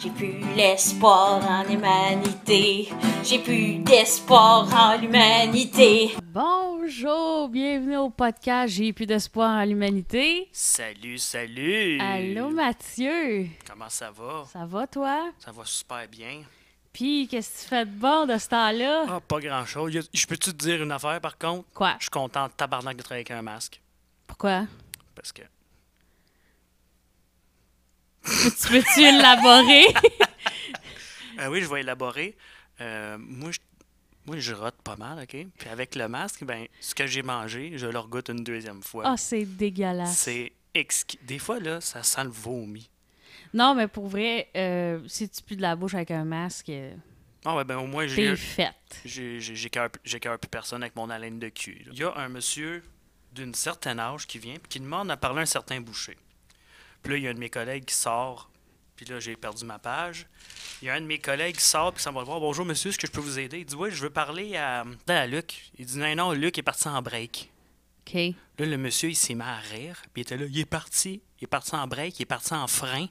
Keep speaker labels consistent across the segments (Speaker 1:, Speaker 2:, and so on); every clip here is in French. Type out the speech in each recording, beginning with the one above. Speaker 1: J'ai plus l'espoir en humanité. J'ai plus d'espoir en l'humanité.
Speaker 2: Bonjour, bienvenue au podcast J'ai plus d'espoir en l'humanité.
Speaker 3: Salut, salut!
Speaker 2: Allô Mathieu,
Speaker 3: Comment ça va?
Speaker 2: ça va toi?
Speaker 3: Ça va super bien.
Speaker 2: Puis qu'est-ce que tu fais de bon de ce temps-là?
Speaker 3: Ah, pas grand-chose. Y a- Je peux-tu te dire une affaire, par contre?
Speaker 2: Quoi?
Speaker 3: Je suis content de tabarnak de travailler avec un masque.
Speaker 2: Pourquoi?
Speaker 3: Parce que...
Speaker 2: tu peux-tu élaborer?
Speaker 3: Ah oui, je vais élaborer. Euh, moi, je... moi, je rote pas mal, OK? Puis avec le masque, ben, ce que j'ai mangé, je le regoute une deuxième
Speaker 2: Ah,
Speaker 3: fois.
Speaker 2: c'est dégueulasse.
Speaker 3: C'est exquis. Des fois, là, ça sent le vomi.
Speaker 2: Non, mais pour vrai, euh, si tu pues de la bouche avec un masque, euh,
Speaker 3: Ah ouais, ben au moins, j'ai...
Speaker 2: t'es faite.
Speaker 3: J'ai- j'ai- J'écœure j'écœure plus personne avec mon haleine de cul. là. Il y a un monsieur d'une certaine âge qui vient puis qui demande à parler à un certain boucher. Puis là, il y a un de mes collègues qui sort. Puis là, j'ai perdu ma page. Il y a un de mes collègues qui sort puis ça va le voir. Bonjour, monsieur, est-ce que je peux vous aider? Il dit Oui, je veux parler à, à Luc. Il dit Non, non, Luc est parti en break.
Speaker 2: OK.
Speaker 3: Là, le monsieur, il s'est mis à rire. Puis il était là, il est parti. Il est parti en break, il est parti en frein.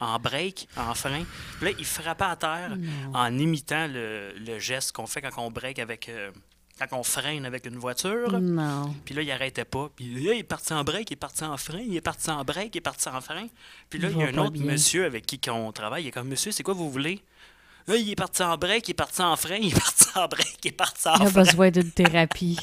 Speaker 3: En break, en frein. Puis là, il frappait à terre en imitant le, le geste qu'on fait quand on break avec. euh, quand on freine avec une
Speaker 2: Mm.
Speaker 3: voiture.
Speaker 2: Non.
Speaker 3: Puis là, il arrêtait pas. Puis là, il est parti en break, il est parti en frein, il est parti en break, il est parti en frein. Puis là,
Speaker 2: Il
Speaker 3: il y a
Speaker 2: va
Speaker 3: un
Speaker 2: pas
Speaker 3: autre
Speaker 2: bien.
Speaker 3: monsieur avec qui on travaille. Il est comme Monsieur, c'est quoi vous voulez? Là, il est parti en break, il est parti en frein, il est parti en break, il est parti en
Speaker 2: Il a
Speaker 3: frein.
Speaker 2: besoin d'une thérapie.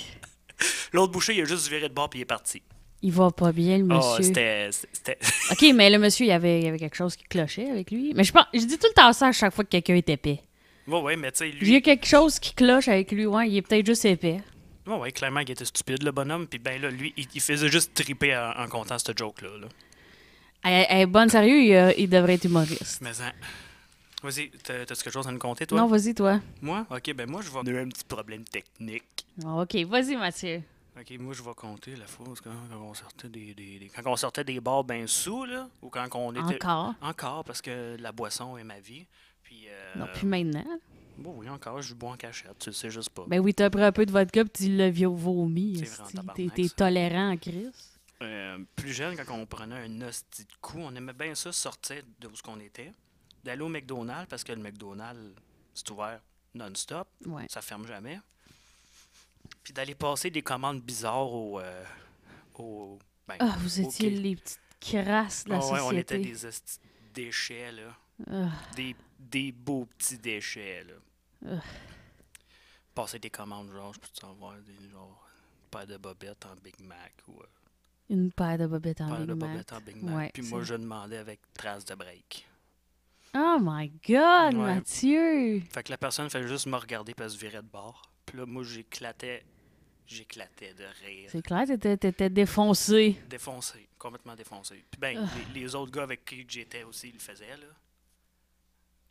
Speaker 3: L'autre boucher, il a juste viré de bord puis il est parti.
Speaker 2: Il va pas bien, le
Speaker 3: Oh,
Speaker 2: monsieur.
Speaker 3: c'était. c'était-
Speaker 2: OK, mais le monsieur, il y avait, il y avait quelque chose qui clochait avec lui. Mais je pense, je dis tout le temps ça à chaque fois que quelqu'un est épais.
Speaker 3: Ouais, ouais, mais tu sais,
Speaker 2: Il
Speaker 3: lui.
Speaker 2: y a quelque chose qui cloche avec lui, ouais, il est peut-être juste épais.
Speaker 3: Ouais, ouais, clairement, il était stupide, le bonhomme. Puis ben là, lui, il, il faisait juste triper en, en comptant ce joke-là. là.
Speaker 2: Elle, elle est bonne, sérieux, il, euh, il devrait être humoriste.
Speaker 3: Mais hein, Vas-y, t'as t'as-tu quelque chose à nous conter, toi?
Speaker 2: Non, vas-y, toi.
Speaker 3: Moi? Ok, ben moi, je vais. On a eu un petit problème technique.
Speaker 2: Ah, OK, vas-y, Mathieu.
Speaker 3: Ok, moi, je vais compter la fois quand, quand on sortait des, des- des- Quand on sortait des bars ben sous, là, ou quand on était.
Speaker 2: Encore.
Speaker 3: Encore, parce que la boisson est ma vie. Puis. euh,
Speaker 2: Non, puis maintenant.
Speaker 3: bon, oui, encore, je bois en cachette, tu le sais juste pas.
Speaker 2: Ben oui, t'as pris un peu de vodka puis tu l'as vi- vomi.
Speaker 3: C'est
Speaker 2: esti.
Speaker 3: vraiment tabarnak,
Speaker 2: T'es- T'es
Speaker 3: ça.
Speaker 2: tolérant en crise.
Speaker 3: Euh, plus jeune, quand on prenait un hostie de coup, on aimait bien ça sortir de où ce qu'on était, d'aller au McDonald's parce que le McDonald's, c'est ouvert non-stop,
Speaker 2: Ouais.
Speaker 3: ça ferme jamais. Puis d'aller passer des commandes bizarres au. euh, au ben,
Speaker 2: Ah, vous
Speaker 3: au
Speaker 2: étiez
Speaker 3: K-
Speaker 2: les petites crasses de la
Speaker 3: Ah ouais, on
Speaker 2: société.
Speaker 3: était des hosties de déchets, là.
Speaker 2: Ah.
Speaker 3: Des, des beaux petits déchets, là.
Speaker 2: Ugh.
Speaker 3: Passer des commandes, genre, je peux t'envoyer des genre, une paire de bobettes en Big Mac ou. euh,
Speaker 2: Une paire de bobettes en
Speaker 3: Paire
Speaker 2: Big
Speaker 3: de
Speaker 2: Mac.
Speaker 3: bobettes en Big Mac.
Speaker 2: Ouais,
Speaker 3: Puis
Speaker 2: c'est
Speaker 3: moi,
Speaker 2: vrai.
Speaker 3: je demandais avec trace de break.
Speaker 2: Oh my God,
Speaker 3: Ouais.
Speaker 2: Mathieu!
Speaker 3: Fait que la personne fait juste me regarder parce se virait de bord. Puis là, moi, j'éclatais. J'éclatais de rire.
Speaker 2: C'est clair, t'étais, t'étais défoncé.
Speaker 3: Défoncé. Complètement défoncé.
Speaker 2: Ah.
Speaker 3: Puis ben, les, les autres gars avec qui j'étais aussi, ils le faisaient, là.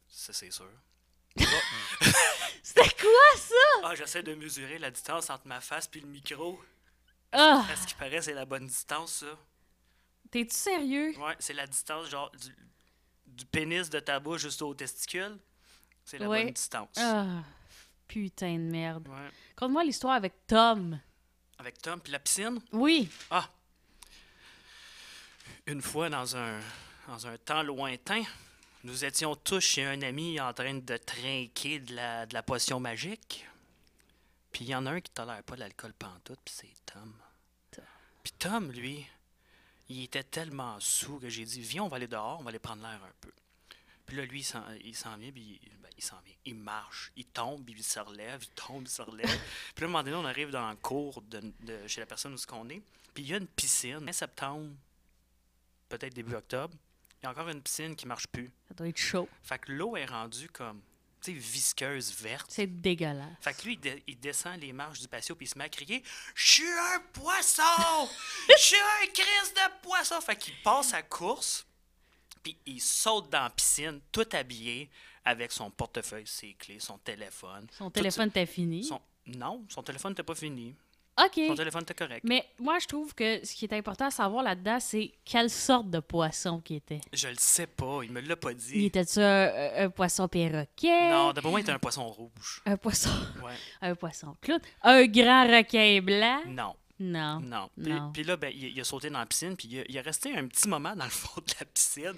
Speaker 3: Ça, c'est sûr.
Speaker 2: C'était quoi ça?
Speaker 3: Ah, j'essaie de mesurer la distance entre ma face puis le micro.
Speaker 2: Ah,
Speaker 3: À ce qui paraît, c'est la bonne distance, ça.
Speaker 2: t'es-tu sérieux?
Speaker 3: Ouais, c'est la distance, genre, du, du pénis de ta bouche jusqu'au testicule. C'est la
Speaker 2: Ouais.
Speaker 3: bonne distance.
Speaker 2: Ah, putain de merde.
Speaker 3: Ouais.
Speaker 2: Conte-moi l'histoire avec Tom.
Speaker 3: Avec Tom, puis la piscine.
Speaker 2: Oui.
Speaker 3: Ah! Une fois, dans un, dans un temps lointain, nous étions tous chez un ami en train de trinquer de la, de la potion magique. Puis il y en a un qui tolère pas l'alcool pantoute, puis c'est Tom. Puis Tom, lui, il était tellement saoul que j'ai dit Viens, on va aller dehors, on va aller prendre l'air un peu. Puis là, lui, il s'en il s'en vient, puis il, ben, il s'en vient. Il marche, il tombe, puis il se relève, il tombe, il se relève. puis là, à un moment donné, on arrive dans le cours de, de- chez la personne où ce qu'on est. Puis il y a une piscine, en septembre, peut-être début octobre, il y a encore une piscine qui marche plus.
Speaker 2: Ça doit être chaud.
Speaker 3: Fait que l'eau est rendue comme, tu sais, visqueuse, verte.
Speaker 2: C'est dégueulasse.
Speaker 3: Fait que lui, il, de- il descend les marches du patio puis il se met à crier Je suis un poisson Je suis un Christ de poisson Fait qu'il passe sa course, puis il saute dans la piscine, tout habillé, avec son portefeuille, ses clés, son téléphone.
Speaker 2: Son
Speaker 3: Tout
Speaker 2: téléphone t'a fini.
Speaker 3: ça- son- Non, son téléphone n'était pas fini. Son
Speaker 2: OK.
Speaker 3: téléphone était correct.
Speaker 2: Mais moi, je trouve que ce qui est important à savoir là-dedans, c'est quelle sorte de poisson qu'il était.
Speaker 3: Je le sais pas, il me l'a pas dit.
Speaker 2: Il était-tu un, un poisson perroquet?
Speaker 3: Non, d'après moi, il était un poisson rouge.
Speaker 2: Un poisson...
Speaker 3: Ouais.
Speaker 2: Un poisson clown? Un grand requin blanc?
Speaker 3: Non.
Speaker 2: Non.
Speaker 3: Non. Puis,
Speaker 2: Non.
Speaker 3: puis là, ben, il, il a sauté dans la piscine, puis il, a- il a resté un petit moment dans le fond de la piscine.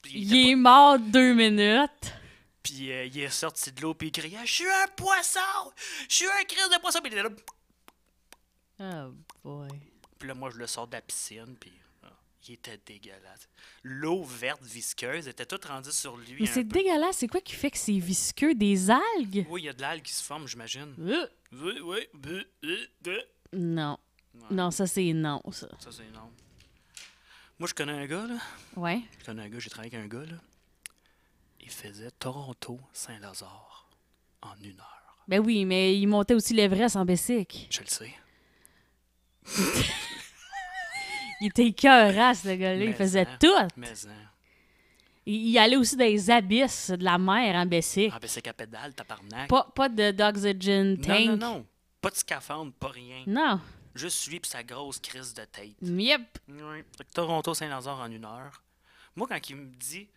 Speaker 3: Puis il était
Speaker 2: Il est mort deux minutes.
Speaker 3: Puis euh, il est sorti de l'eau, puis il criait Je suis un poisson Je suis un crise de poisson Puis il était là.
Speaker 2: Oh boy.
Speaker 3: Puis là, moi, je le sors de la piscine, puis ah, il était dégueulasse. L'eau verte visqueuse était toute rendue sur lui.
Speaker 2: Mais
Speaker 3: un
Speaker 2: c'est
Speaker 3: peu.
Speaker 2: dégueulasse, c'est quoi qui fait que c'est visqueux? Des algues?
Speaker 3: Oui, il y a de l'algue qui se forme, j'imagine.
Speaker 2: Euh,
Speaker 3: Oui, oui, oui, oui, oui.
Speaker 2: Non.
Speaker 3: Ouais.
Speaker 2: Non, ça c'est non, ça.
Speaker 3: Ça, c'est énorme. Moi, je connais un gars, là.
Speaker 2: Ouais.
Speaker 3: Je connais un gars, j'ai travaillé avec un gars, là. Il faisait Toronto-Saint-Lazare en une heure.
Speaker 2: Ben oui, mais il montait aussi l'Everest en Bessic.
Speaker 3: Je le sais.
Speaker 2: Il était écœurasse, ce gars-là. Il
Speaker 3: Mais
Speaker 2: faisait
Speaker 3: hein,
Speaker 2: tout.
Speaker 3: Mais, hein.
Speaker 2: Il, il allait aussi dans les abysses de la mer en Bessic.
Speaker 3: Ah, ben, c'est qu'à pédale, tabarnak.
Speaker 2: Pas, pas de d'oxygen tank.
Speaker 3: Non, non, non. Pas de scaphandre, pas rien.
Speaker 2: Non.
Speaker 3: Juste lui pis sa grosse crise de tête.
Speaker 2: Yep.
Speaker 3: Oui. Fait que Toronto-Saint-Lazare en une heure. Moi, quand il me dit.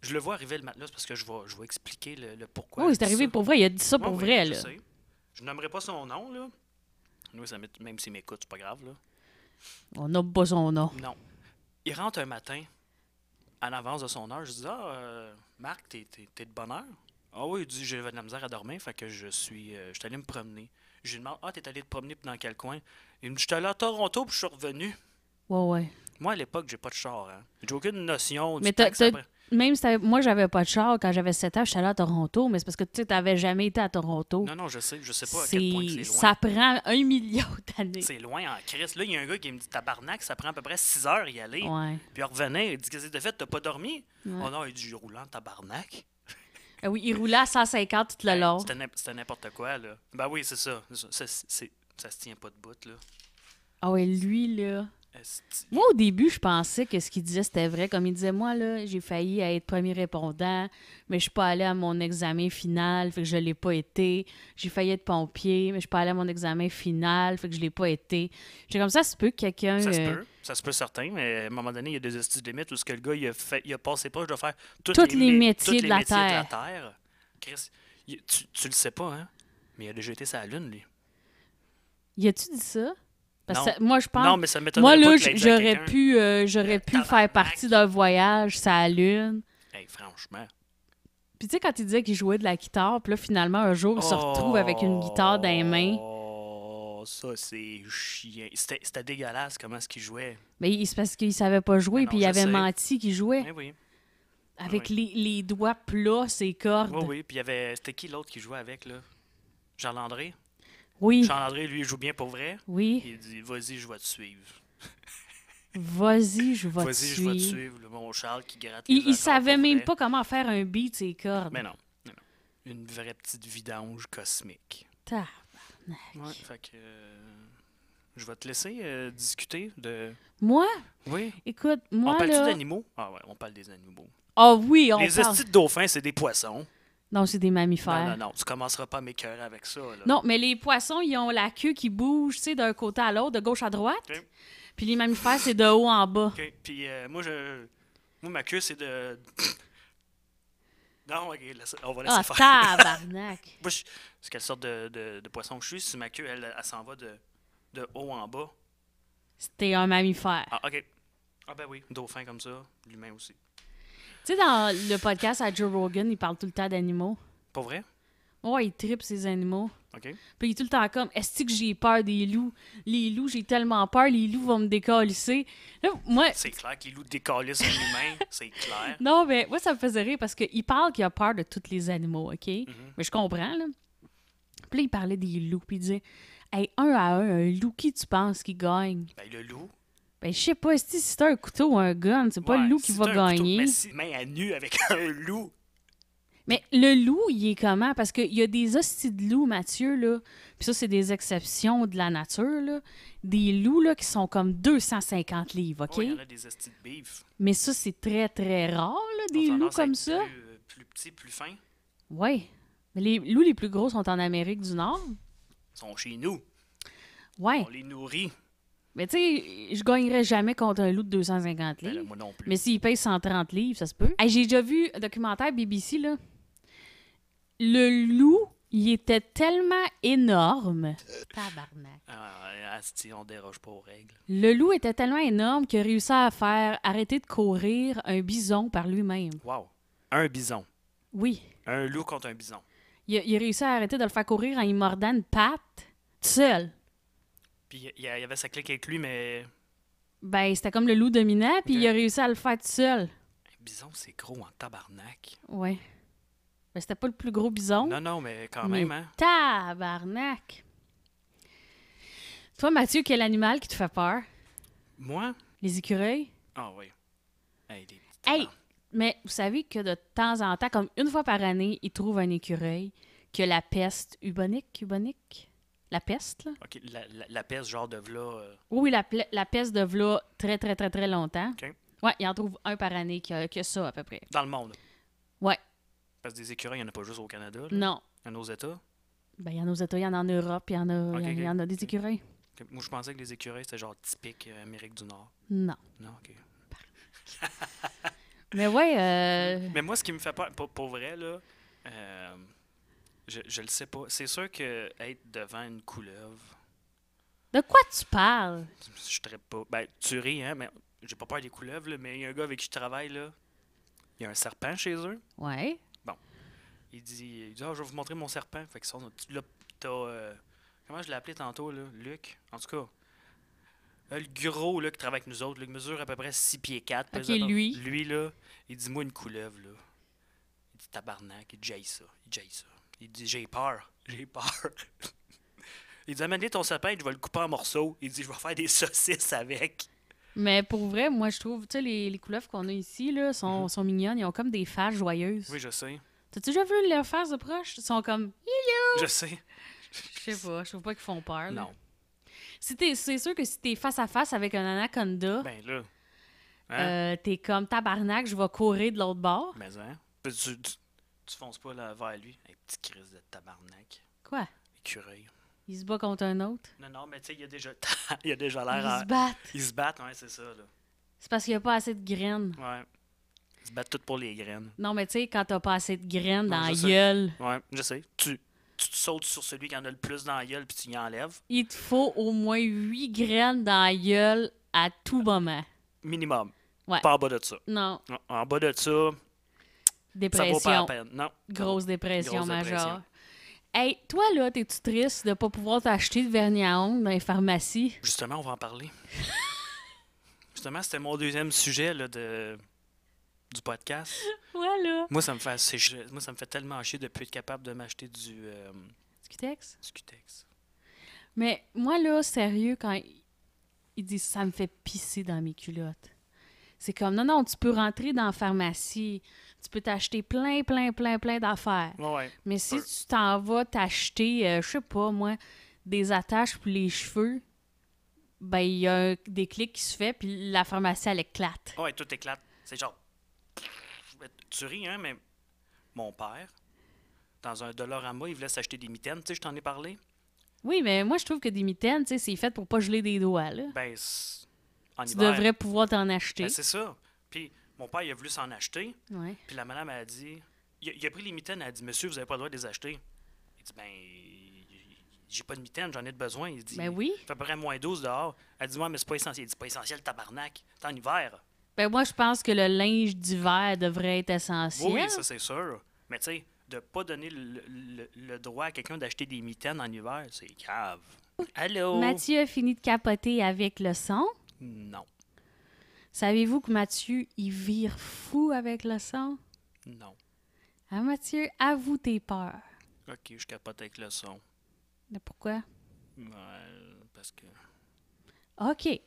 Speaker 3: Je le vois arriver le matin, là, c'est parce que je vais, je vais expliquer le, le pourquoi.
Speaker 2: oh,
Speaker 3: je
Speaker 2: c'est
Speaker 3: dis
Speaker 2: arrivé
Speaker 3: ça.
Speaker 2: pour vrai. Il a dit ça pour
Speaker 3: Ouais,
Speaker 2: vrai,
Speaker 3: oui,
Speaker 2: là.
Speaker 3: Je, sais. Je nommerai pas son nom, là. Nous, ça m'est- même s'il m'écoute, c'est pas grave, là.
Speaker 2: On n'a pas son nom.
Speaker 3: Non. Il rentre un matin, à l'avance de son heure, je dis Ah, euh, Marc, t'es, t'es- t'es de bonne heure Ah oui, il dit J'ai de la misère à dormir, fait que je suis. euh, je suis allé me promener. Je lui demande Ah, t'es allé te promener puis dans quel coin Il me dit Je suis allé à Toronto puis je suis revenu.
Speaker 2: Ouais, ouais.
Speaker 3: Moi, à l'époque, j'ai pas de char, hein. J'ai aucune notion du
Speaker 2: Mais
Speaker 3: temps
Speaker 2: t'as-
Speaker 3: que ça
Speaker 2: t'as-
Speaker 3: prend.
Speaker 2: même si t'avais- moi, j'avais pas de char quand j'avais 7 ans, je suis allée à Toronto, mais c'est parce que tu sais, t'avais jamais été à Toronto.
Speaker 3: Non, non, je sais, je sais pas à quel point que
Speaker 2: C'est
Speaker 3: c'est loin.
Speaker 2: ça prend un million d'années.
Speaker 3: C'est loin en crise. Là, il y a un gars qui me dit Tabarnak, ça prend à peu près 6 heures y aller.
Speaker 2: Ouais.
Speaker 3: Puis il revenait, il dit Qu'est-ce que t'as fait T'as pas dormi Oh non, il dit J'ai roulé en tabarnak.
Speaker 2: Ah oui, il roulait à 150 tout le long.
Speaker 3: Ben, C'était n'im- C'était n'importe quoi, là. Ben oui, c'est ça. Ça, c'est- c'est- ça se tient pas de bout, là.
Speaker 2: Ah ouais, lui, là.
Speaker 3: Esti.
Speaker 2: Moi, au début, je pensais que ce qu'il disait, c'était vrai. Comme il disait, moi, là, j'ai failli à être premier répondant, mais je suis pas allé à mon examen final, fait que je l'ai pas été. J'ai failli être pompier, mais je suis pas allé à mon examen final, fait que je l'ai pas été. J'ai comme ça, ça se peut que quelqu'un...
Speaker 3: Ça se
Speaker 2: euh,
Speaker 3: peut, ça se peut certain, mais à un moment donné, il y a des estis de limites où ce que le gars, il a, fait, il a passé proche de faire toutes
Speaker 2: Toutes les
Speaker 3: mé-
Speaker 2: métiers
Speaker 3: toutes
Speaker 2: de la
Speaker 3: métiers Terre. Chris, il- tu, tu le sais pas, hein? Mais il a déjà été sur la Lune, lui.
Speaker 2: Y a-tu dit ça? Parce que
Speaker 3: Non.
Speaker 2: ça- moi, je pense...
Speaker 3: Non, mais ça m'étonnerait
Speaker 2: moi,
Speaker 3: pas
Speaker 2: là,
Speaker 3: qu'il
Speaker 2: j-
Speaker 3: l'ait dit à
Speaker 2: j'aurais
Speaker 3: quelqu'un.
Speaker 2: pu, euh, j'aurais pu faire
Speaker 3: Tabarnak.
Speaker 2: partie d'un voyage, ça la lune.
Speaker 3: Hey, franchement.
Speaker 2: Puis tu sais, quand il disait qu'il jouait de la guitare, puis là, finalement, un jour, il se retrouve avec une guitare dans les mains.
Speaker 3: Oh, ça, c'est chien. C'était c'était dégueulasse comment est-ce qu'il jouait.
Speaker 2: Mais il- c'est parce qu'il savait pas jouer,
Speaker 3: Mais Ah non,
Speaker 2: puis il
Speaker 3: je
Speaker 2: avait
Speaker 3: sais.
Speaker 2: menti qu'il jouait.
Speaker 3: Mais Ben oui.
Speaker 2: Avec les, les doigts plats, ses cordes.
Speaker 3: Oui, oui. Puis il y avait. C'était qui l'autre qui jouait avec, là? Jean-Landré?
Speaker 2: Oui,
Speaker 3: Jean-Landré, lui, il joue bien pour vrai.
Speaker 2: oui.
Speaker 3: Il dit Vas-y, je vais te suivre.
Speaker 2: Vas-y, je vais te
Speaker 3: Vas-y, je vais te
Speaker 2: suivre.
Speaker 3: suivre. Le mon Charles qui gratte. les
Speaker 2: Il, il
Speaker 3: accords
Speaker 2: savait
Speaker 3: pour
Speaker 2: même
Speaker 3: vrai.
Speaker 2: pas comment faire un beat, ses cordes.
Speaker 3: Mais non. mais non. Une vraie petite vidange cosmique.
Speaker 2: Tabarnak.
Speaker 3: Ouais, fait que. euh, je vais te laisser euh, discuter de.
Speaker 2: Moi,
Speaker 3: Oui.
Speaker 2: écoute,
Speaker 3: on
Speaker 2: moi,
Speaker 3: parle-tu
Speaker 2: là...
Speaker 3: d'animaux Ah ouais, on parle des animaux.
Speaker 2: Ah oui, on
Speaker 3: Les
Speaker 2: parle...
Speaker 3: estis de dauphins, c'est des poissons.
Speaker 2: Non, c'est des mammifères.
Speaker 3: Non, non, non. Tu commenceras pas à m'écœurer avec ça, là.
Speaker 2: Non, mais les poissons, ils ont la queue qui bouge, tu sais, d'un côté à l'autre, de gauche à droite.
Speaker 3: Ok.
Speaker 2: Puis les mammifères, c'est de haut en bas.
Speaker 3: OK. Puis euh, moi, je. Moi, ma queue, c'est de. non, OK, laisse- on va laisser
Speaker 2: Ah,
Speaker 3: faire.
Speaker 2: tabarnak!
Speaker 3: Moi, je- c'est quelle sorte de, de- de poisson que je suis. Si ma queue, elle, elle s'en va de, de haut en bas.
Speaker 2: C'était un mammifère.
Speaker 3: Ah, OK. Ah, ben oui, dauphin comme ça, l'humain aussi.
Speaker 2: Tu sais, dans le podcast à Joe Rogan, il parle tout le temps d'animaux.
Speaker 3: Pas vrai?
Speaker 2: Ouais, il tripe ses animaux.
Speaker 3: OK.
Speaker 2: Puis il est tout le temps comme, est-ce que j'ai peur des loups? Les loups, j'ai tellement peur, les loups vont me décalisser. Là, moi,
Speaker 3: C'est clair que les loups décalissent un humain, c'est clair.
Speaker 2: non, mais moi, ça me faisait rire parce qu'il parle qu'il a peur de tous les animaux, OK?
Speaker 3: Mm-hmm.
Speaker 2: Mais je comprends, là. Puis là, il parlait des loups, puis il disait, hey, un à un, un loup, qui tu penses qui gagne?
Speaker 3: Ben, le loup.
Speaker 2: Ben, je sais pas, est-ce que si c'est un couteau ou un gun, c'est pas
Speaker 3: ouais,
Speaker 2: le loup qui
Speaker 3: si
Speaker 2: va
Speaker 3: t'as un couteau-
Speaker 2: gagner.
Speaker 3: mais si main à nu avec un loup.
Speaker 2: Mais le loup, il est comment? Parce qu'il y a des hosties de loups, Mathieu, là. Puis ça, c'est des exceptions de la nature, là. Des loups, là, qui sont comme 250 livres, OK?
Speaker 3: Ouais, il y en a des estis de beef.
Speaker 2: Mais ça, c'est très, très rare, là,
Speaker 3: Ils ont
Speaker 2: des loups
Speaker 3: tendance à
Speaker 2: comme
Speaker 3: être
Speaker 2: ça.
Speaker 3: Plus, euh, plus petits, plus fins.
Speaker 2: Oui. Mais les loups les plus gros sont en Amérique du Nord.
Speaker 3: Ils sont chez nous.
Speaker 2: Ouais.
Speaker 3: On les nourrit.
Speaker 2: Mais tu sais, je gagnerais jamais contre un loup de 250
Speaker 3: Ben, là,
Speaker 2: livres.
Speaker 3: moi non plus.
Speaker 2: Mais s'il paye 130 livres, ça se peut. Hey, J'ai déjà vu un documentaire BBC, là. Le loup Il était tellement énorme. Tabarnak.
Speaker 3: Ah, asti, on déroge pas aux règles.
Speaker 2: Le loup était tellement énorme qu'il réussit à faire arrêter de courir un bison par lui-même.
Speaker 3: Wow. Un bison.
Speaker 2: Oui.
Speaker 3: Un loup contre un bison.
Speaker 2: Il a, il a réussi à arrêter de le faire courir en y mordant une patte, tout seul.
Speaker 3: Puis il y a- il y avait sa clique avec lui, mais
Speaker 2: Ben, c'était comme le loup dominant, puis
Speaker 3: Ok.
Speaker 2: il a réussi à le faire tout seul.
Speaker 3: un bison, c'est gros en tabarnak.
Speaker 2: Ouais. Ben, c'était pas le plus gros bison.
Speaker 3: Non, non, mais quand
Speaker 2: mais
Speaker 3: même, hein.
Speaker 2: Tabarnak! Toi, Mathieu, quel animal qui te fait peur?
Speaker 3: Moi?
Speaker 2: Les écureuils?
Speaker 3: Ah oui. Hey, les petites
Speaker 2: Hey!
Speaker 3: tabarnes.
Speaker 2: Mais vous savez que de temps en temps, comme une fois par année, ils trouvent un écureuil que la peste bubonique, bubonique? La peste, là?
Speaker 3: OK, la, la, la peste, genre de v'là... euh,
Speaker 2: Oui, la, pla- la peste de v'là très, très, très, très longtemps.
Speaker 3: OK.
Speaker 2: Ouais, ils en trouvent un par année qui a que ça, à peu près.
Speaker 3: Dans le monde.
Speaker 2: Ouais.
Speaker 3: Parce que des écureuils, il n'y en a pas juste au Canada. là.
Speaker 2: Non.
Speaker 3: Il y en a aux États.
Speaker 2: Ben, il y en a aux États, il y en a en Europe, il y en a,
Speaker 3: Ok,
Speaker 2: il y en-
Speaker 3: ok.
Speaker 2: il y en a des écureuils.
Speaker 3: Ok, Moi, je pensais que les écureuils, c'était genre typique euh, Amérique du Nord.
Speaker 2: Non.
Speaker 3: Non, OK.
Speaker 2: Mais ouais, euh,
Speaker 3: Mais moi, ce qui me fait peur, pour, pour vrai, là, euh, je, je le sais pas. C'est sûr que être devant une couleuvre,
Speaker 2: de quoi tu parles?
Speaker 3: je traite pas. Ben, tu ris, hein, mais j'ai pas peur des couleuvres, là, mais il y a un gars avec qui je travaille, là. Il y a un serpent chez eux.
Speaker 2: Ouais.
Speaker 3: Il dit, il dit Ah, je vais vous montrer mon serpent. Fait que ça, on a- tu l'as- t'as. euh, comment je l'ai appelé tantôt, là Luc. En tout cas. euh, le gros, là, qui travaille avec nous autres, là, il mesure à peu près 6 pieds 4.
Speaker 2: Ok, lui.
Speaker 3: Lui, là, il dit, moi, une couleuvre, là. Il dit, tabarnak, il jaille ça. Il jaille ça. Il dit, j'ai peur. J'ai peur. il dit, amène ton sapin, je vais le couper en morceaux. Il dit, je vais faire des saucisses avec.
Speaker 2: Mais pour vrai, moi, je trouve, tu sais, les, les couleuvres qu'on a ici, là, sont, sont mignonnes. Ils ont comme des faces joyeuses.
Speaker 3: Mhm. Oui, je sais.
Speaker 2: T'as-tu déjà vu leurs faces de proche? Ils sont comme,
Speaker 3: Je sais.
Speaker 2: je sais pas, je trouve pas qu'ils font peur. là.
Speaker 3: Non.
Speaker 2: Si t'es- c'est sûr que si t'es face à face avec un anaconda,
Speaker 3: Ben, là. Hein?
Speaker 2: Ah. euh, t'es comme tabarnak, je vais courir de l'autre bord.
Speaker 3: Mais, hein? Tu, tu, tu fonces pas là, vers lui. Hey, petit crise de tabarnak.
Speaker 2: Quoi?
Speaker 3: Écureuil.
Speaker 2: Il se bat contre un autre.
Speaker 3: Non, non, mais tu sais, il y a déjà il y a déjà l'air.
Speaker 2: Ils
Speaker 3: à-
Speaker 2: se battent.
Speaker 3: Ils se battent, ouais, c'est ça, là.
Speaker 2: C'est parce qu'il n'y a pas assez de graines.
Speaker 3: Ouais. Ils se battent toutes pour les graines.
Speaker 2: Non, mais tu sais, quand t'as pas assez de graines
Speaker 3: Non,
Speaker 2: dans
Speaker 3: je
Speaker 2: la
Speaker 3: sais.
Speaker 2: gueule,
Speaker 3: Ouais, je sais. Tu, tu te sautes sur celui qui en a le plus dans la gueule, puis tu y enlèves.
Speaker 2: il te faut au moins 8 graines dans la gueule à tout moment.
Speaker 3: Minimum.
Speaker 2: Ouais.
Speaker 3: Pas en bas de ça.
Speaker 2: Non,
Speaker 3: Non, En bas de ça, ça vaut pas la
Speaker 2: dépression.
Speaker 3: peine. Non.
Speaker 2: Grosse dépression
Speaker 3: Grosse
Speaker 2: majeure.
Speaker 3: dépression.
Speaker 2: Hey, toi là, t'es-tu triste de pas pouvoir t'acheter de vernis à ongles dans les pharmacies?
Speaker 3: Justement, on va en parler. Justement, c'était mon deuxième sujet là, de... du podcast.
Speaker 2: Ouais là.
Speaker 3: Moi, ça me fait assez chier- Moi, ça me fait tellement chier de ne plus être capable de m'acheter du euh,
Speaker 2: Scutex?
Speaker 3: Scutex.
Speaker 2: Mais moi là, sérieux, quand ils- ils disent ça me fait pisser dans mes culottes. C'est comme non, non, tu peux rentrer dans la pharmacie, tu peux t'acheter plein, plein, plein, plein d'affaires.
Speaker 3: Ouais, ouais.
Speaker 2: Mais si
Speaker 3: Peu.
Speaker 2: tu t'en vas t'acheter, euh, je sais pas moi, des attaches pour les cheveux, ben il y a un déclic qui se fait, puis la pharmacie elle éclate.
Speaker 3: Ah Ouais, tout éclate. C'est genre. Tu ris, hein, mais mon père, dans un Dollarama, il voulait s'acheter des mitaines. Tu sais, je t'en ai parlé.
Speaker 2: Oui, mais moi, je trouve que des mitaines, tu sais, c'est fait pour pas geler des doigts, là.
Speaker 3: Ben, c'est- en
Speaker 2: Tu
Speaker 3: hiver.
Speaker 2: devrais pouvoir t'en acheter.
Speaker 3: Ben, c'est ça. Puis mon père, il a voulu s'en acheter.
Speaker 2: ouais.
Speaker 3: Puis la madame, elle a dit. Il a, il a pris les mitaines, elle a dit Monsieur, vous n'avez pas le droit de les acheter. Il dit Ben, j'ai pas de mitaines, j'en ai de besoin. Il dit
Speaker 2: Ben oui.
Speaker 3: Il fait à peu près moins 12 dehors. Elle dit Ouais, mais c'est pas essentiel. Il dit C'est pas essentiel, tabarnak. C'est en hiver.
Speaker 2: Ben moi, je pense que le linge d'hiver devrait être
Speaker 3: Oui,
Speaker 2: essentiel.
Speaker 3: oui, ça c'est sûr. Mais tu sais, de pas donner le, le- le droit à quelqu'un d'acheter des mitaines en hiver, c'est grave. Allô?
Speaker 2: Mathieu a fini de capoter avec le son.
Speaker 3: Non.
Speaker 2: Savez-vous que Mathieu, il vire fou avec le son?
Speaker 3: Non.
Speaker 2: Hein, Mathieu, avoue tes peurs.
Speaker 3: Ok, je capote avec le son.
Speaker 2: Mais Pourquoi?
Speaker 3: Ouais, parce que.
Speaker 2: OK.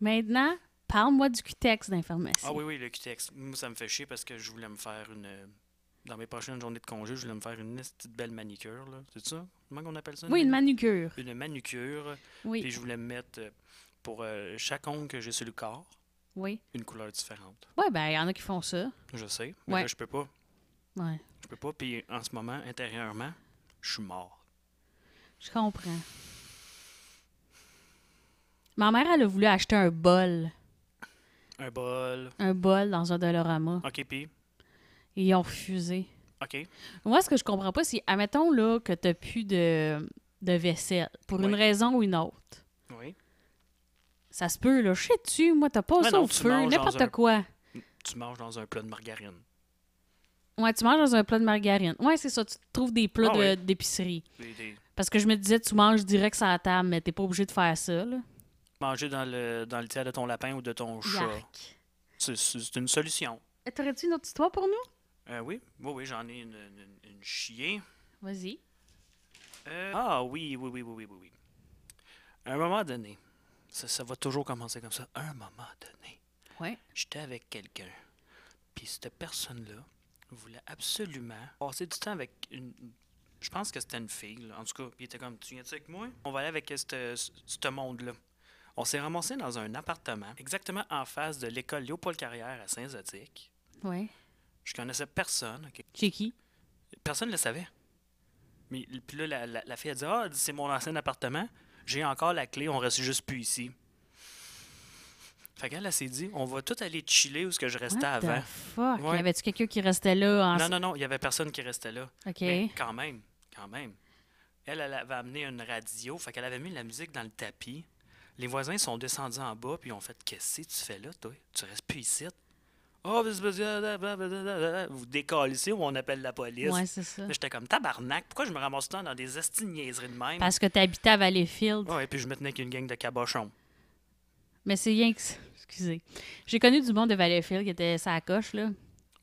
Speaker 2: Maintenant, parle-moi du cutex d'information.
Speaker 3: Ah oui, oui, le QTX. Moi, ça me fait chier parce que je voulais me faire une. euh, Dans mes prochaines journées de congé, je voulais me faire une petite belle manicure, là. C'est ça? Comment on appelle ça?
Speaker 2: Oui, une manucure.
Speaker 3: Une manucure. Puis
Speaker 2: Oui,
Speaker 3: je voulais me mettre euh, pour euh, chaque ongle que j'ai sur le corps,
Speaker 2: oui.
Speaker 3: une couleur différente.
Speaker 2: Ouais, ben, il y en a qui font ça.
Speaker 3: Je sais. Mais
Speaker 2: Ouais.
Speaker 3: là, je peux pas.
Speaker 2: Ouais,
Speaker 3: Je peux pas, puis en ce moment, intérieurement, je suis mort.
Speaker 2: je comprends. Ma mère, elle a voulu acheter un bol.
Speaker 3: Un bol.
Speaker 2: un bol dans un Dolorama.
Speaker 3: Ok, puis.
Speaker 2: Et ils ont refusé.
Speaker 3: OK.
Speaker 2: Moi, ce que je comprends pas, c'est, admettons là, que t'as plus de, de vaisselle, pour une
Speaker 3: Oui.
Speaker 2: raison ou une autre.
Speaker 3: Oui.
Speaker 2: Ça se peut, là. Je sais-tu, moi, t'as pas
Speaker 3: Ouais,
Speaker 2: ça
Speaker 3: non,
Speaker 2: au
Speaker 3: tu
Speaker 2: feu,
Speaker 3: manges dans
Speaker 2: n'importe
Speaker 3: un-
Speaker 2: quoi.
Speaker 3: Tu manges dans un plat de margarine.
Speaker 2: Ouais, tu manges dans un plat de margarine. Ouais, c'est ça, tu trouves des plats
Speaker 3: Ah
Speaker 2: de-
Speaker 3: ouais.
Speaker 2: d'épicerie.
Speaker 3: Des- des-
Speaker 2: Parce que je me disais, tu manges direct sur la table, mais t'es pas obligé de faire ça, là.
Speaker 3: Manger dans le, dans le tiers de ton lapin ou de ton chat.
Speaker 2: Yark.
Speaker 3: C'est- C'est c'est une solution.
Speaker 2: Euh, T'aurais-tu une autre histoire pour nous?
Speaker 3: Euh, oui, oui, oui, j'en ai une, une, une chier.
Speaker 2: Vas-y.
Speaker 3: Euh, ah oui, oui, oui, oui, oui, oui, oui. À un moment donné, ça, ça va toujours commencer comme ça. À un moment donné,
Speaker 2: Ouais.
Speaker 3: j'étais avec quelqu'un. Puis cette personne-là voulait absolument passer du temps avec une. Je pense que c'était une fille, là. en tout cas. Puis il était comme Tu viens avec moi On va aller avec ce- ce ce monde-là. On s'est ramassé dans un appartement, exactement en face de l'école Léopold Carrière à Saint-Zotique.
Speaker 2: Ouais.
Speaker 3: Je connaissais personne, OK?
Speaker 2: Chez qui?
Speaker 3: Personne ne le savait. Mais puis là, la, la- la fille a dit Ah, c'est mon ancien appartement, j'ai encore la clé, on reste juste plus ici. Fait qu'elle, elle s'est dit On va tout aller chiller où ce que je restais
Speaker 2: What the
Speaker 3: avant.
Speaker 2: fuck?
Speaker 3: Ouais.
Speaker 2: Y avait-tu quelqu'un qui restait là en...
Speaker 3: Non, Ben, non, non, il n'y avait personne qui restait là.
Speaker 2: OK.
Speaker 3: Mais quand même, quand même. Elle, elle avait amené une radio, fait qu'elle avait mis la musique dans le tapis. Les voisins sont descendus en bas, puis ils ont fait Qu'est-ce que tu fais là, toi Tu restes plus ici. Oh, vous décalissez ou on appelle la police.
Speaker 2: Ouais, c'est ça.
Speaker 3: Là, J'étais comme tabarnak, pourquoi je me ramasse tant dans des estigniaiseries de même?
Speaker 2: Parce que t'habitais à Valleyfield.
Speaker 3: Ouais, puis je me tenais avec une gang de cabochons.
Speaker 2: Mais c'est rien que ça. Excusez. J'ai connu du monde de Valleyfield qui était sa coche, là.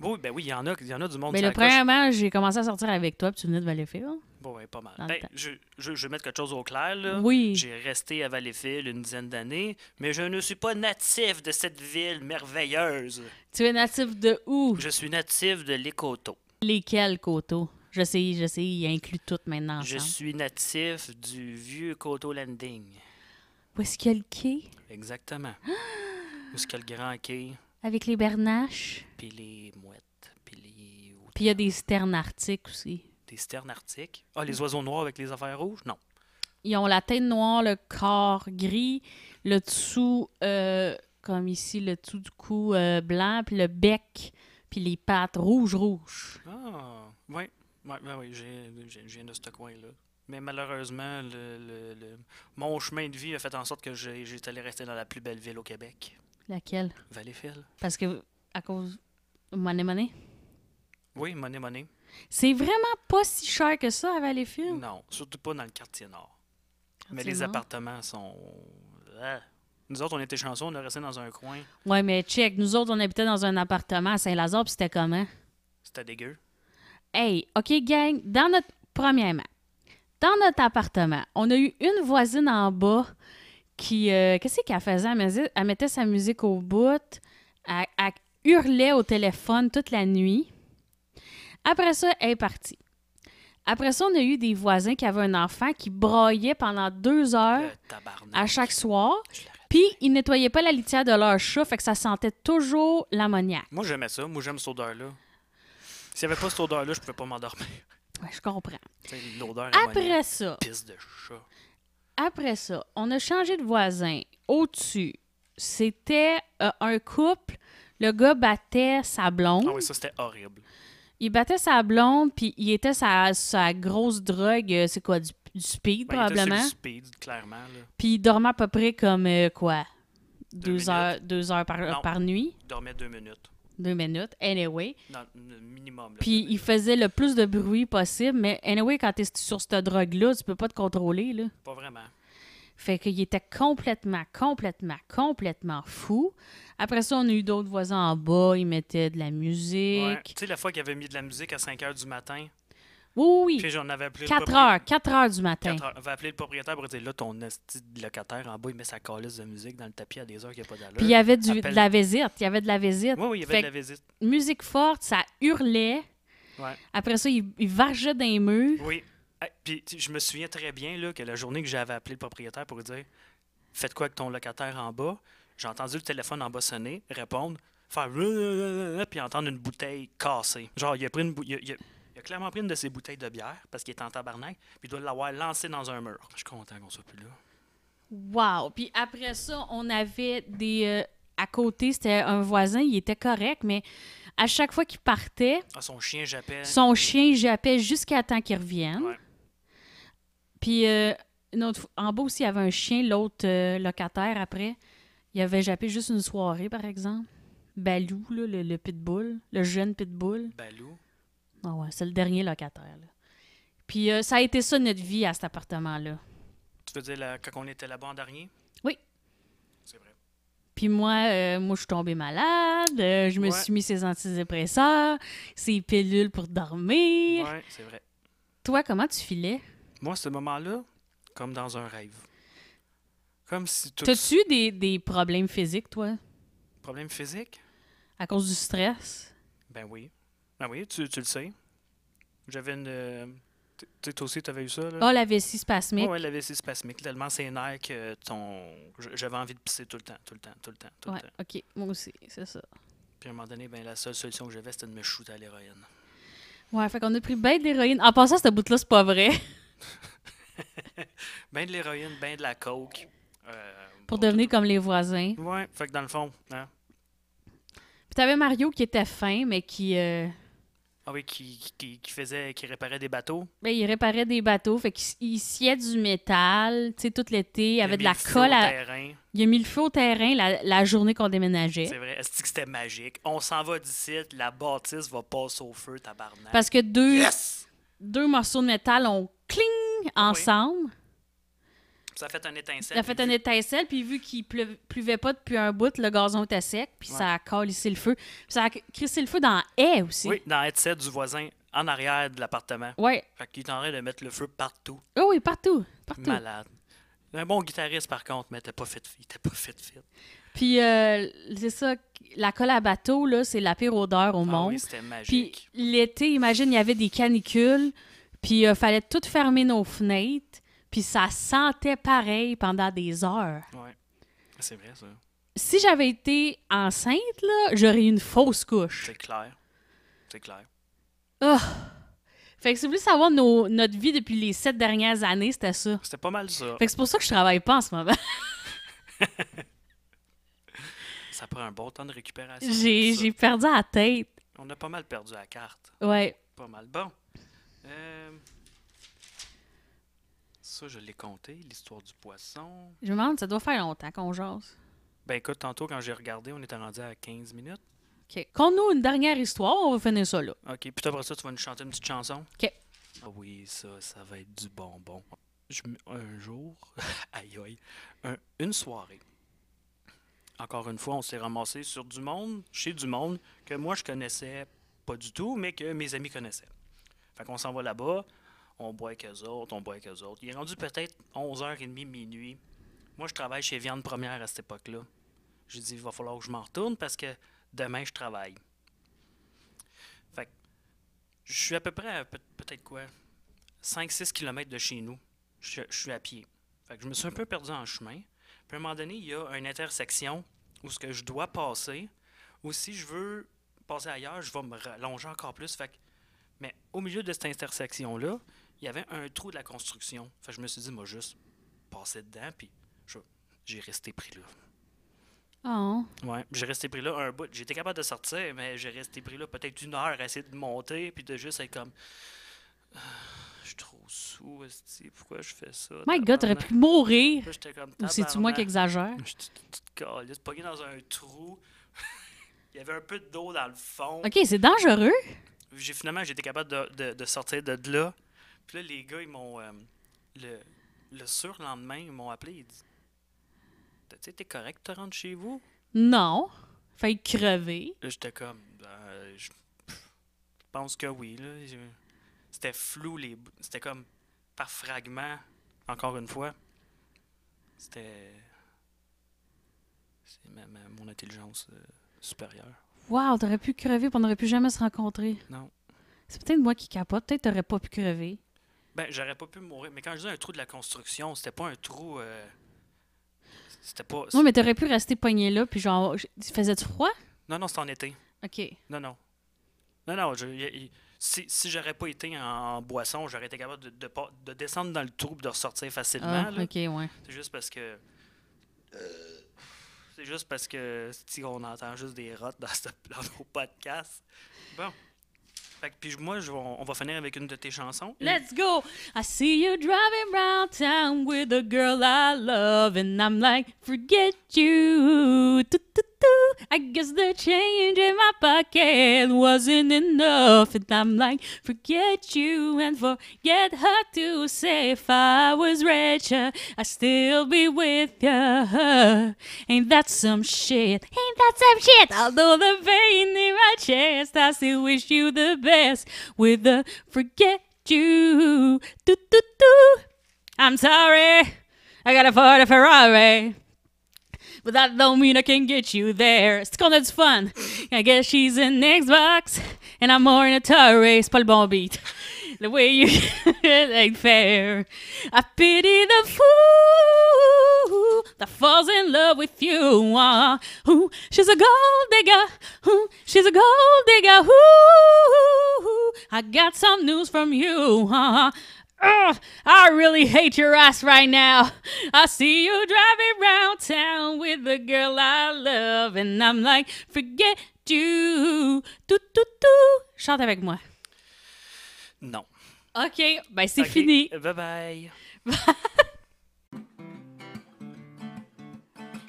Speaker 3: Oui, ben oui, il y en a, il y en a du monde
Speaker 2: Mais
Speaker 3: sur
Speaker 2: le
Speaker 3: la coche.
Speaker 2: premièrement, j'ai commencé à sortir avec toi, puis tu venais de Valleyfield.
Speaker 3: Bon, ouais, pas mal.
Speaker 2: Dans le
Speaker 3: Ben,
Speaker 2: temps.
Speaker 3: je, je, je vais mettre quelque chose au clair, là.
Speaker 2: Oui.
Speaker 3: J'ai resté à Valleyfield une dizaine d'années, mais je ne suis pas natif de cette ville merveilleuse.
Speaker 2: Tu es natif de où?
Speaker 3: Je suis natif de l'Écoto.
Speaker 2: Lesquels coteaux? Je sais, je sais, il inclut tout maintenant
Speaker 3: Je
Speaker 2: ensemble.
Speaker 3: suis natif du vieux Coteau Landing.
Speaker 2: Où est-ce qu'il y a le quai?
Speaker 3: Exactement. Où est-ce que le grand quai,
Speaker 2: Avec les bernaches.
Speaker 3: puis les mouettes, puis les...
Speaker 2: Puis il y a des sternes arctiques aussi.
Speaker 3: Des sternes arctiques. Ah, les oiseaux noirs avec les affaires rouges? Non.
Speaker 2: Ils ont la tête noire, le corps gris, le dessous, euh, comme ici, le dessous du cou euh, blanc, puis le bec, puis les pattes rouges-rouges.
Speaker 3: Ah, oui. Oui, oui, oui, j'ai- j'ai- je viens de ce coin-là. Mais malheureusement, le, le- le- mon chemin de vie a fait en sorte que j'ai- j'étais allé rester dans la plus belle ville au Québec,
Speaker 2: Laquelle?
Speaker 3: Valleyfield.
Speaker 2: Parce que, à cause. Money, money.
Speaker 3: Oui, monnaie, monnaie.
Speaker 2: C'est vraiment pas si cher que ça à Valleyfield.
Speaker 3: Non, surtout pas dans le quartier nord. Mais
Speaker 2: Quartier
Speaker 3: les
Speaker 2: Nord.
Speaker 3: appartements sont... Ah. Nous autres, on était chanceux, on est resté dans un coin.
Speaker 2: Ouais, mais check, nous autres, on habitait dans un appartement à Saint-Lazare, puis c'était comment?
Speaker 3: C'était dégueu.
Speaker 2: Hey, OK, gang, dans notre. Premièrement, dans notre appartement, on a eu une voisine en bas qui. euh, Qu'est-ce qu'elle faisait? Elle, mettait- elle mettait sa musique au bout, elle, elle hurlait au téléphone toute la nuit. Après ça, elle est partie. Après ça, on a eu des voisins qui avaient un enfant qui broyait pendant deux heures
Speaker 3: Le Euh, tabarnak.
Speaker 2: à chaque soir.
Speaker 3: Je l'arrête.
Speaker 2: Puis, ils nettoyaient pas la litière de leur chat, fait que ça sentait toujours l'ammoniac.
Speaker 3: Moi, j'aimais ça. Moi, j'aime cette odeur-là. S'il n'y avait pas cette odeur-là, je pouvais pas m'endormir.
Speaker 2: Ouais, je comprends.
Speaker 3: Tu sais, L'odeur
Speaker 2: Après
Speaker 3: ammoniaque,
Speaker 2: ça,
Speaker 3: pisse de chat.
Speaker 2: après ça, on a changé de voisin. Au-dessus, c'était euh, un couple. Le gars battait sa blonde.
Speaker 3: Ah oui, ça, c'était horrible.
Speaker 2: Il battait sa blonde, puis il était sa, sa grosse drogue, euh, c'est quoi, du, du speed
Speaker 3: Ben, il était sur le
Speaker 2: probablement.
Speaker 3: speed, clairement. Là.
Speaker 2: Puis il dormait à peu près comme euh, quoi? Deux,
Speaker 3: minutes.
Speaker 2: heures, deux heures par,
Speaker 3: Non.
Speaker 2: par nuit.
Speaker 3: Il dormait deux minutes.
Speaker 2: Deux minutes, anyway.
Speaker 3: Dans le minimum. là.
Speaker 2: Puis il faisait le plus de bruit possible, mais anyway, quand t'es sur cette drogue-là, tu peux pas te contrôler, là.
Speaker 3: Pas vraiment.
Speaker 2: Fait qu'il était complètement, complètement, complètement fou. Après ça, on a eu d'autres voisins en bas, ils mettaient de la
Speaker 3: Ouais.
Speaker 2: musique.
Speaker 3: Tu sais, la fois qu'il avait mis de la musique à 5 h du matin,
Speaker 2: Oui, oui,
Speaker 3: puis j'en avais appelé
Speaker 2: oui.
Speaker 3: le
Speaker 2: 4
Speaker 3: propriétaire-
Speaker 2: heures, 4 heures du matin.
Speaker 3: Quatre heures. On avait appelé le propriétaire pour dire là, ton esti de locataire en bas, il met sa calisse de musique dans le tapis à des heures qu'il n'y a pas d'allure.
Speaker 2: Puis il y avait du-
Speaker 3: Appelle-
Speaker 2: de la visite, il y avait de la visite.
Speaker 3: Oui, oui, il y avait
Speaker 2: Fait
Speaker 3: de la visite.
Speaker 2: que musique forte, ça hurlait.
Speaker 3: Ouais.
Speaker 2: Après ça, il, il vargeait dans les murs.
Speaker 3: Oui. Hey, puis tu- je me souviens très bien là, que la journée que j'avais appelé le propriétaire pour lui dire Faites quoi avec ton locataire en bas J'ai entendu le téléphone en bas sonner, répondre, faire Blablabla puis entendre une bouteille cassée. Genre, il a pris une bou- il a, il a- il a clairement pris une de ses bouteilles de bière parce qu'il est en tabarnak, puis il doit l'avoir lancée dans un mur. Je suis content qu'on soit plus là.
Speaker 2: Wow! Puis après ça, on avait des... euh, à côté, c'était un voisin, il était correct, mais à chaque fois qu'il partait,
Speaker 3: Ah, son chien, j'appelle.
Speaker 2: son chien jappait jusqu'à temps qu'il revienne.
Speaker 3: Ouais.
Speaker 2: Puis, euh, une autre fois- en bas aussi, il y avait un chien, l'autre euh, locataire après. Il avait jappé juste une soirée, par exemple. Balou, là, le, le pitbull, le jeune pitbull.
Speaker 3: Balou.
Speaker 2: Ah ouais, c'est le dernier locataire. là. Puis, euh, ça a été ça notre vie à cet appartement-là.
Speaker 3: Tu veux dire là, quand on était là-bas en dernier?
Speaker 2: Oui.
Speaker 3: C'est vrai.
Speaker 2: Puis moi, euh, moi, je suis tombée malade. euh, je me
Speaker 3: Ouais.
Speaker 2: suis mis ses antidépresseurs, ses pilules pour dormir.
Speaker 3: Ouais, c'est vrai.
Speaker 2: Toi, comment tu filais?
Speaker 3: Moi, ce moment-là, comme dans un rêve. Comme si tout
Speaker 2: T'as-tu eu des, des problèmes physiques, toi,
Speaker 3: problème physique?
Speaker 2: à cause du stress?
Speaker 3: Ben oui. Ben oui, tu, tu le sais. J'avais une. euh, Tu sais, toi aussi, t'avais eu ça, là?
Speaker 2: Ah, la vessie spasmique.
Speaker 3: Ouais, ouais, la vessie spasmique. Tellement c'est nerf que ton. j- J'avais envie de pisser tout le temps, tout le temps, tout le temps, tout
Speaker 2: Ouais,
Speaker 3: le temps.
Speaker 2: OK, moi aussi, c'est ça.
Speaker 3: Puis à un moment donné, ben, la seule solution que j'avais, c'était de me shooter à l'héroïne.
Speaker 2: Ouais, fait qu'on a pris ben de l'héroïne. En passant, ce bout-là, c'est pas vrai.
Speaker 3: Ben de l'héroïne, ben de la coke. euh,
Speaker 2: Pour
Speaker 3: bon,
Speaker 2: devenir comme les voisins.
Speaker 3: tout- Ouais, fait que dans le fond, hein?
Speaker 2: Puis t'avais Mario qui était fin, mais qui... euh,
Speaker 3: Ah oui, qui, qui, qui faisait, qui réparait des bateaux.
Speaker 2: ben, il réparait des bateaux, fait qu'il s- il sciait du métal, tu sais, tout l'été. Il
Speaker 3: a
Speaker 2: avait de
Speaker 3: mis
Speaker 2: la
Speaker 3: le feu au
Speaker 2: colle à...
Speaker 3: terrain.
Speaker 2: Il a mis le feu au terrain la, la journée qu'on déménageait.
Speaker 3: C'est vrai, est-ce que c'était magique? On s'en va d'ici, la bâtisse va passer au feu, tabarnak.
Speaker 2: Parce que deux,
Speaker 3: Yes! Ah
Speaker 2: deux morceaux de métal ont cling ensemble.
Speaker 3: Ça a fait un étincelle.
Speaker 2: Il a fait
Speaker 3: puis
Speaker 2: une
Speaker 3: vu-
Speaker 2: étincelle, puis vu qu'il pleu- pleuvait pas depuis un bout, le gazon était sec, puis
Speaker 3: Ouais.
Speaker 2: ça a calissé le feu. Puis ça a crissé le feu dans la haie aussi.
Speaker 3: Oui, dans headset du voisin, en arrière de l'appartement.
Speaker 2: Ouais.
Speaker 3: Fait qu'il est en train de mettre le feu partout.
Speaker 2: Oh oui, partout. Partout.
Speaker 3: Malade. Un bon guitariste, par contre, mais t'es pas fait, il était pas fait fit. Ah
Speaker 2: Puis euh, c'est ça, la colle à bateau, là, c'est la pire odeur au
Speaker 3: Ah
Speaker 2: monde.
Speaker 3: oui, c'était
Speaker 2: Puis
Speaker 3: magique.
Speaker 2: l'été, imagine, il y avait des canicules, puis il fallait tout fermer nos fenêtres, puis ça sentait pareil pendant des heures.
Speaker 3: Ouais. C'est vrai, ça.
Speaker 2: Si j'avais été enceinte, là, j'aurais eu une fausse couche.
Speaker 3: C'est clair. C'est clair.
Speaker 2: Ah! Fait que si vous voulez savoir nos- notre vie depuis les sept dernières années, c'était ça.
Speaker 3: C'était pas mal ça.
Speaker 2: Fait que c'est pour ça que je travaille pas en ce moment.
Speaker 3: Ça prend un bon temps de récupération.
Speaker 2: J'ai
Speaker 3: ça.
Speaker 2: j'ai perdu la tête.
Speaker 3: On a pas mal perdu la carte.
Speaker 2: Ouais.
Speaker 3: Pas mal. Bon. Euh, Ça, je l'ai compté, l'histoire du poisson.
Speaker 2: Je me demande, ça doit faire longtemps qu'on jase.
Speaker 3: Ben écoute, tantôt, quand j'ai regardé, on était rendu à 15 minutes.
Speaker 2: OK. Conte-nous une dernière histoire, on va finir ça là.
Speaker 3: OK, puis après ça, tu vas nous chanter une petite chanson.
Speaker 2: OK.
Speaker 3: Ah oui, ça, ça va être du bonbon. Je me- un jour, aïe aïe, un- une soirée. Encore une fois, on s'est ramassé sur du monde, chez du monde, que moi je connaissais pas du tout, mais que mes amis connaissaient. Fait qu'on s'en va là-bas, on boit avec eux autres, on boit avec eux autres. Il est rendu peut-être 11h30, minuit. Moi, je travaille chez Viande Première à cette époque-là. J'ai dit, il va falloir que je m'en retourne parce que demain, je travaille. Fait que je suis à peu près à peut- peut-être quoi 5-6 km de chez nous. Je, je suis à pied. Fait que je me suis un peu perdu en chemin. Puis à un moment donné, il y a une intersection où ce que je dois passer. Ou si je veux passer ailleurs, je vais me rallonger encore plus. Fait que- mais au milieu de cette intersection-là, il y avait un trou de la construction. Fait que je me suis dit, moi, juste passer dedans, puis je- j'ai resté pris là.
Speaker 2: Oh.
Speaker 3: Ouais, j'ai resté pris là un bout. J'étais capable de sortir, mais j'ai resté pris là peut-être une heure à essayer de monter, puis de juste être comme. Ah, Je suis trop sous, esti, pourquoi je fais ça?
Speaker 2: My God, t'aurais
Speaker 3: tabarnak?
Speaker 2: pu mourir.
Speaker 3: Là, j'étais comme.
Speaker 2: Ou c'est-tu moi qui
Speaker 3: tabarnak.
Speaker 2: exagère?
Speaker 3: Je suis tout- tout calé, pogné dans un trou. Il y avait un peu d'eau dans le fond.
Speaker 2: OK, c'est dangereux.
Speaker 3: J'ai Finalement, j'étais capable de, de- de sortir de là. Puis là, les gars, ils m'ont. euh, le, le surlendemain, ils m'ont appelé. Ils disent Tu sais, t'es correct, tu rentres chez vous?
Speaker 2: Non. Fait crever.
Speaker 3: Là, j'étais comme, Ben, je pff, je pense que oui. Là. Je- C'était flou, les... bou- c'était comme par fragments, encore une fois. C'était. C'est ma- ma- mon intelligence euh, supérieure.
Speaker 2: Wow, t'aurais pu crever, puis on n'aurait plus jamais se rencontrer.
Speaker 3: Non.
Speaker 2: C'est peut-être moi qui capote. Peut-être t'aurais pas pu crever.
Speaker 3: Ben, j'aurais pas pu mourir. Mais quand je disais un trou de la construction, c'était pas un trou. euh, C'était pas.
Speaker 2: Non, mais t'aurais pu rester pogné là, puis genre, je- faisait-tu froid? Ah,
Speaker 3: Non, non, c'était en été.
Speaker 2: OK.
Speaker 3: Non, non. Non, non. je- y- y- si si j'aurais pas été en, en boisson, j'aurais été capable de, de, pas- de descendre dans le trou et de ressortir facilement.
Speaker 2: Ah,
Speaker 3: là.
Speaker 2: OK, ouais.
Speaker 3: C'est juste parce que. euh, C'est juste parce que si on entend juste des rottes dans, ce, dans nos podcasts. Bon. Fait que, puis moi, je vais- on va finir avec une de tes chansons.
Speaker 2: Let's go! I see you driving round town with a girl I love, and I'm like, forget you. Toot, toot, toot. I guess the change in my pocket wasn't enough, and I'm like, forget you and forget her to say if I was richer, I'd still be with you. Ain't that some shit? Ain't that some shit? Although the pain in my chest, I still wish you the best with the forget you. Do, do, do. I'm sorry. I gotta afford a Ferrari. But that don't mean I can get you there. C'est qu'on a du fun. I guess she's an Xbox and I'm more in a Tory. C'est pas le bon beat. The way you it ain't fair. I pity the fool that falls in love with you. Uh, ooh, she's a gold digger. Ooh, she's a gold digger. Ooh, I got some news from you. Uh, Ugh, I really hate your ass right now. I see you driving round town with the girl I love, and I'm like, forget you. Tout, tout, tout. Chante avec moi.
Speaker 3: Non.
Speaker 2: Ok, ben c'est
Speaker 3: Ok,
Speaker 2: fini.
Speaker 3: Bye bye.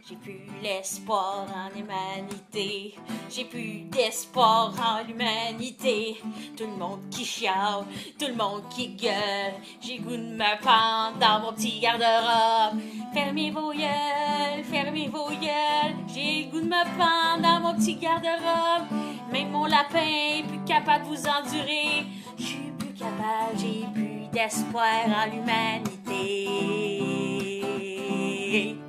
Speaker 1: J'ai plus l'espoir en l'humanité. J'ai plus d'espoir en l'humanité. Tout le monde qui chiale, tout le monde qui gueule. J'ai goût de me pendre dans mon petit garde-robe. Fermez vos yeux, fermez vos yeux. J'ai goût de me pendre dans mon petit garde-robe. Même mon lapin est plus capable de vous endurer. Je suis plus capable, j'ai plus d'espoir en l'humanité.